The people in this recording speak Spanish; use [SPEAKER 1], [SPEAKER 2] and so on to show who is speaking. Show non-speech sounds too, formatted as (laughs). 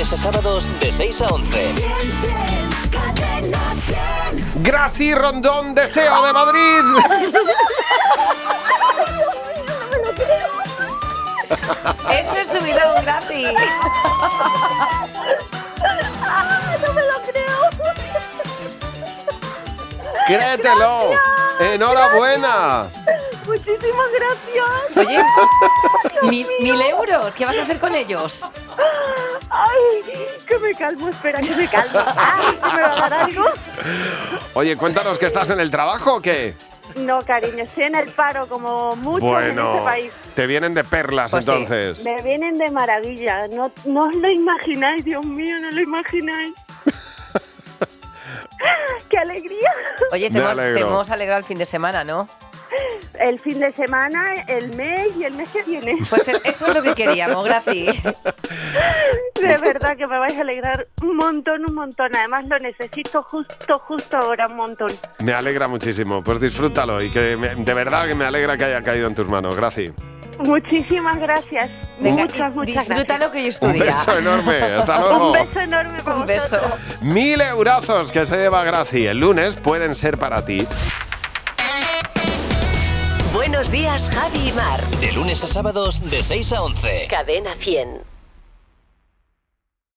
[SPEAKER 1] a sábados de 6 a 11.
[SPEAKER 2] Graci Rondón, deseo de Madrid.
[SPEAKER 3] Eso es subidón gratis.
[SPEAKER 4] ¡No me lo creo!
[SPEAKER 2] (laughs) Créetelo. Enhorabuena.
[SPEAKER 4] Muchísimas gracias.
[SPEAKER 3] Oye, mil, mil euros. ¿Qué vas a hacer con ellos?
[SPEAKER 4] Ay, que me calmo, espera, que me calmo. Ay, ¿me va a dar algo?
[SPEAKER 2] Oye, cuéntanos que estás en el trabajo o qué.
[SPEAKER 4] No, cariño, estoy en el paro como muchos en este
[SPEAKER 2] Bueno,
[SPEAKER 4] país.
[SPEAKER 2] te vienen de perlas
[SPEAKER 3] Pues sí.
[SPEAKER 2] entonces.
[SPEAKER 4] Me vienen de maravilla, no, no os lo imagináis, Dios mío, no lo imagináis. (laughs) ¡Qué alegría!
[SPEAKER 3] Oye, te
[SPEAKER 2] Me
[SPEAKER 3] hemos, te
[SPEAKER 2] alegro.
[SPEAKER 3] hemos alegrado el fin de semana, ¿no?
[SPEAKER 4] El fin de semana, el mes y el mes que viene.
[SPEAKER 3] Pues e- eso es lo que queríamos,
[SPEAKER 4] (laughs)
[SPEAKER 3] gratis.
[SPEAKER 4] De verdad que me vais a alegrar un montón, un montón. Además lo necesito justo, justo ahora un montón.
[SPEAKER 2] Me alegra muchísimo. Pues disfrútalo y que me- de verdad que me alegra que haya caído en tus manos. Gracias.
[SPEAKER 4] Muchísimas gracias.
[SPEAKER 3] Venga,
[SPEAKER 4] muchas,
[SPEAKER 3] y
[SPEAKER 4] muchas
[SPEAKER 3] disfruta
[SPEAKER 4] gracias.
[SPEAKER 3] lo que yo
[SPEAKER 2] Un
[SPEAKER 3] estudia.
[SPEAKER 2] beso enorme. Hasta
[SPEAKER 4] (laughs) Un
[SPEAKER 2] luego.
[SPEAKER 4] beso enorme para
[SPEAKER 3] Un beso.
[SPEAKER 4] vosotros.
[SPEAKER 2] Mil eurazos que se lleva Graci. El lunes pueden ser para ti.
[SPEAKER 5] Buenos días, Javi y Mar.
[SPEAKER 1] De lunes a sábados de 6 a 11.
[SPEAKER 5] Cadena 100.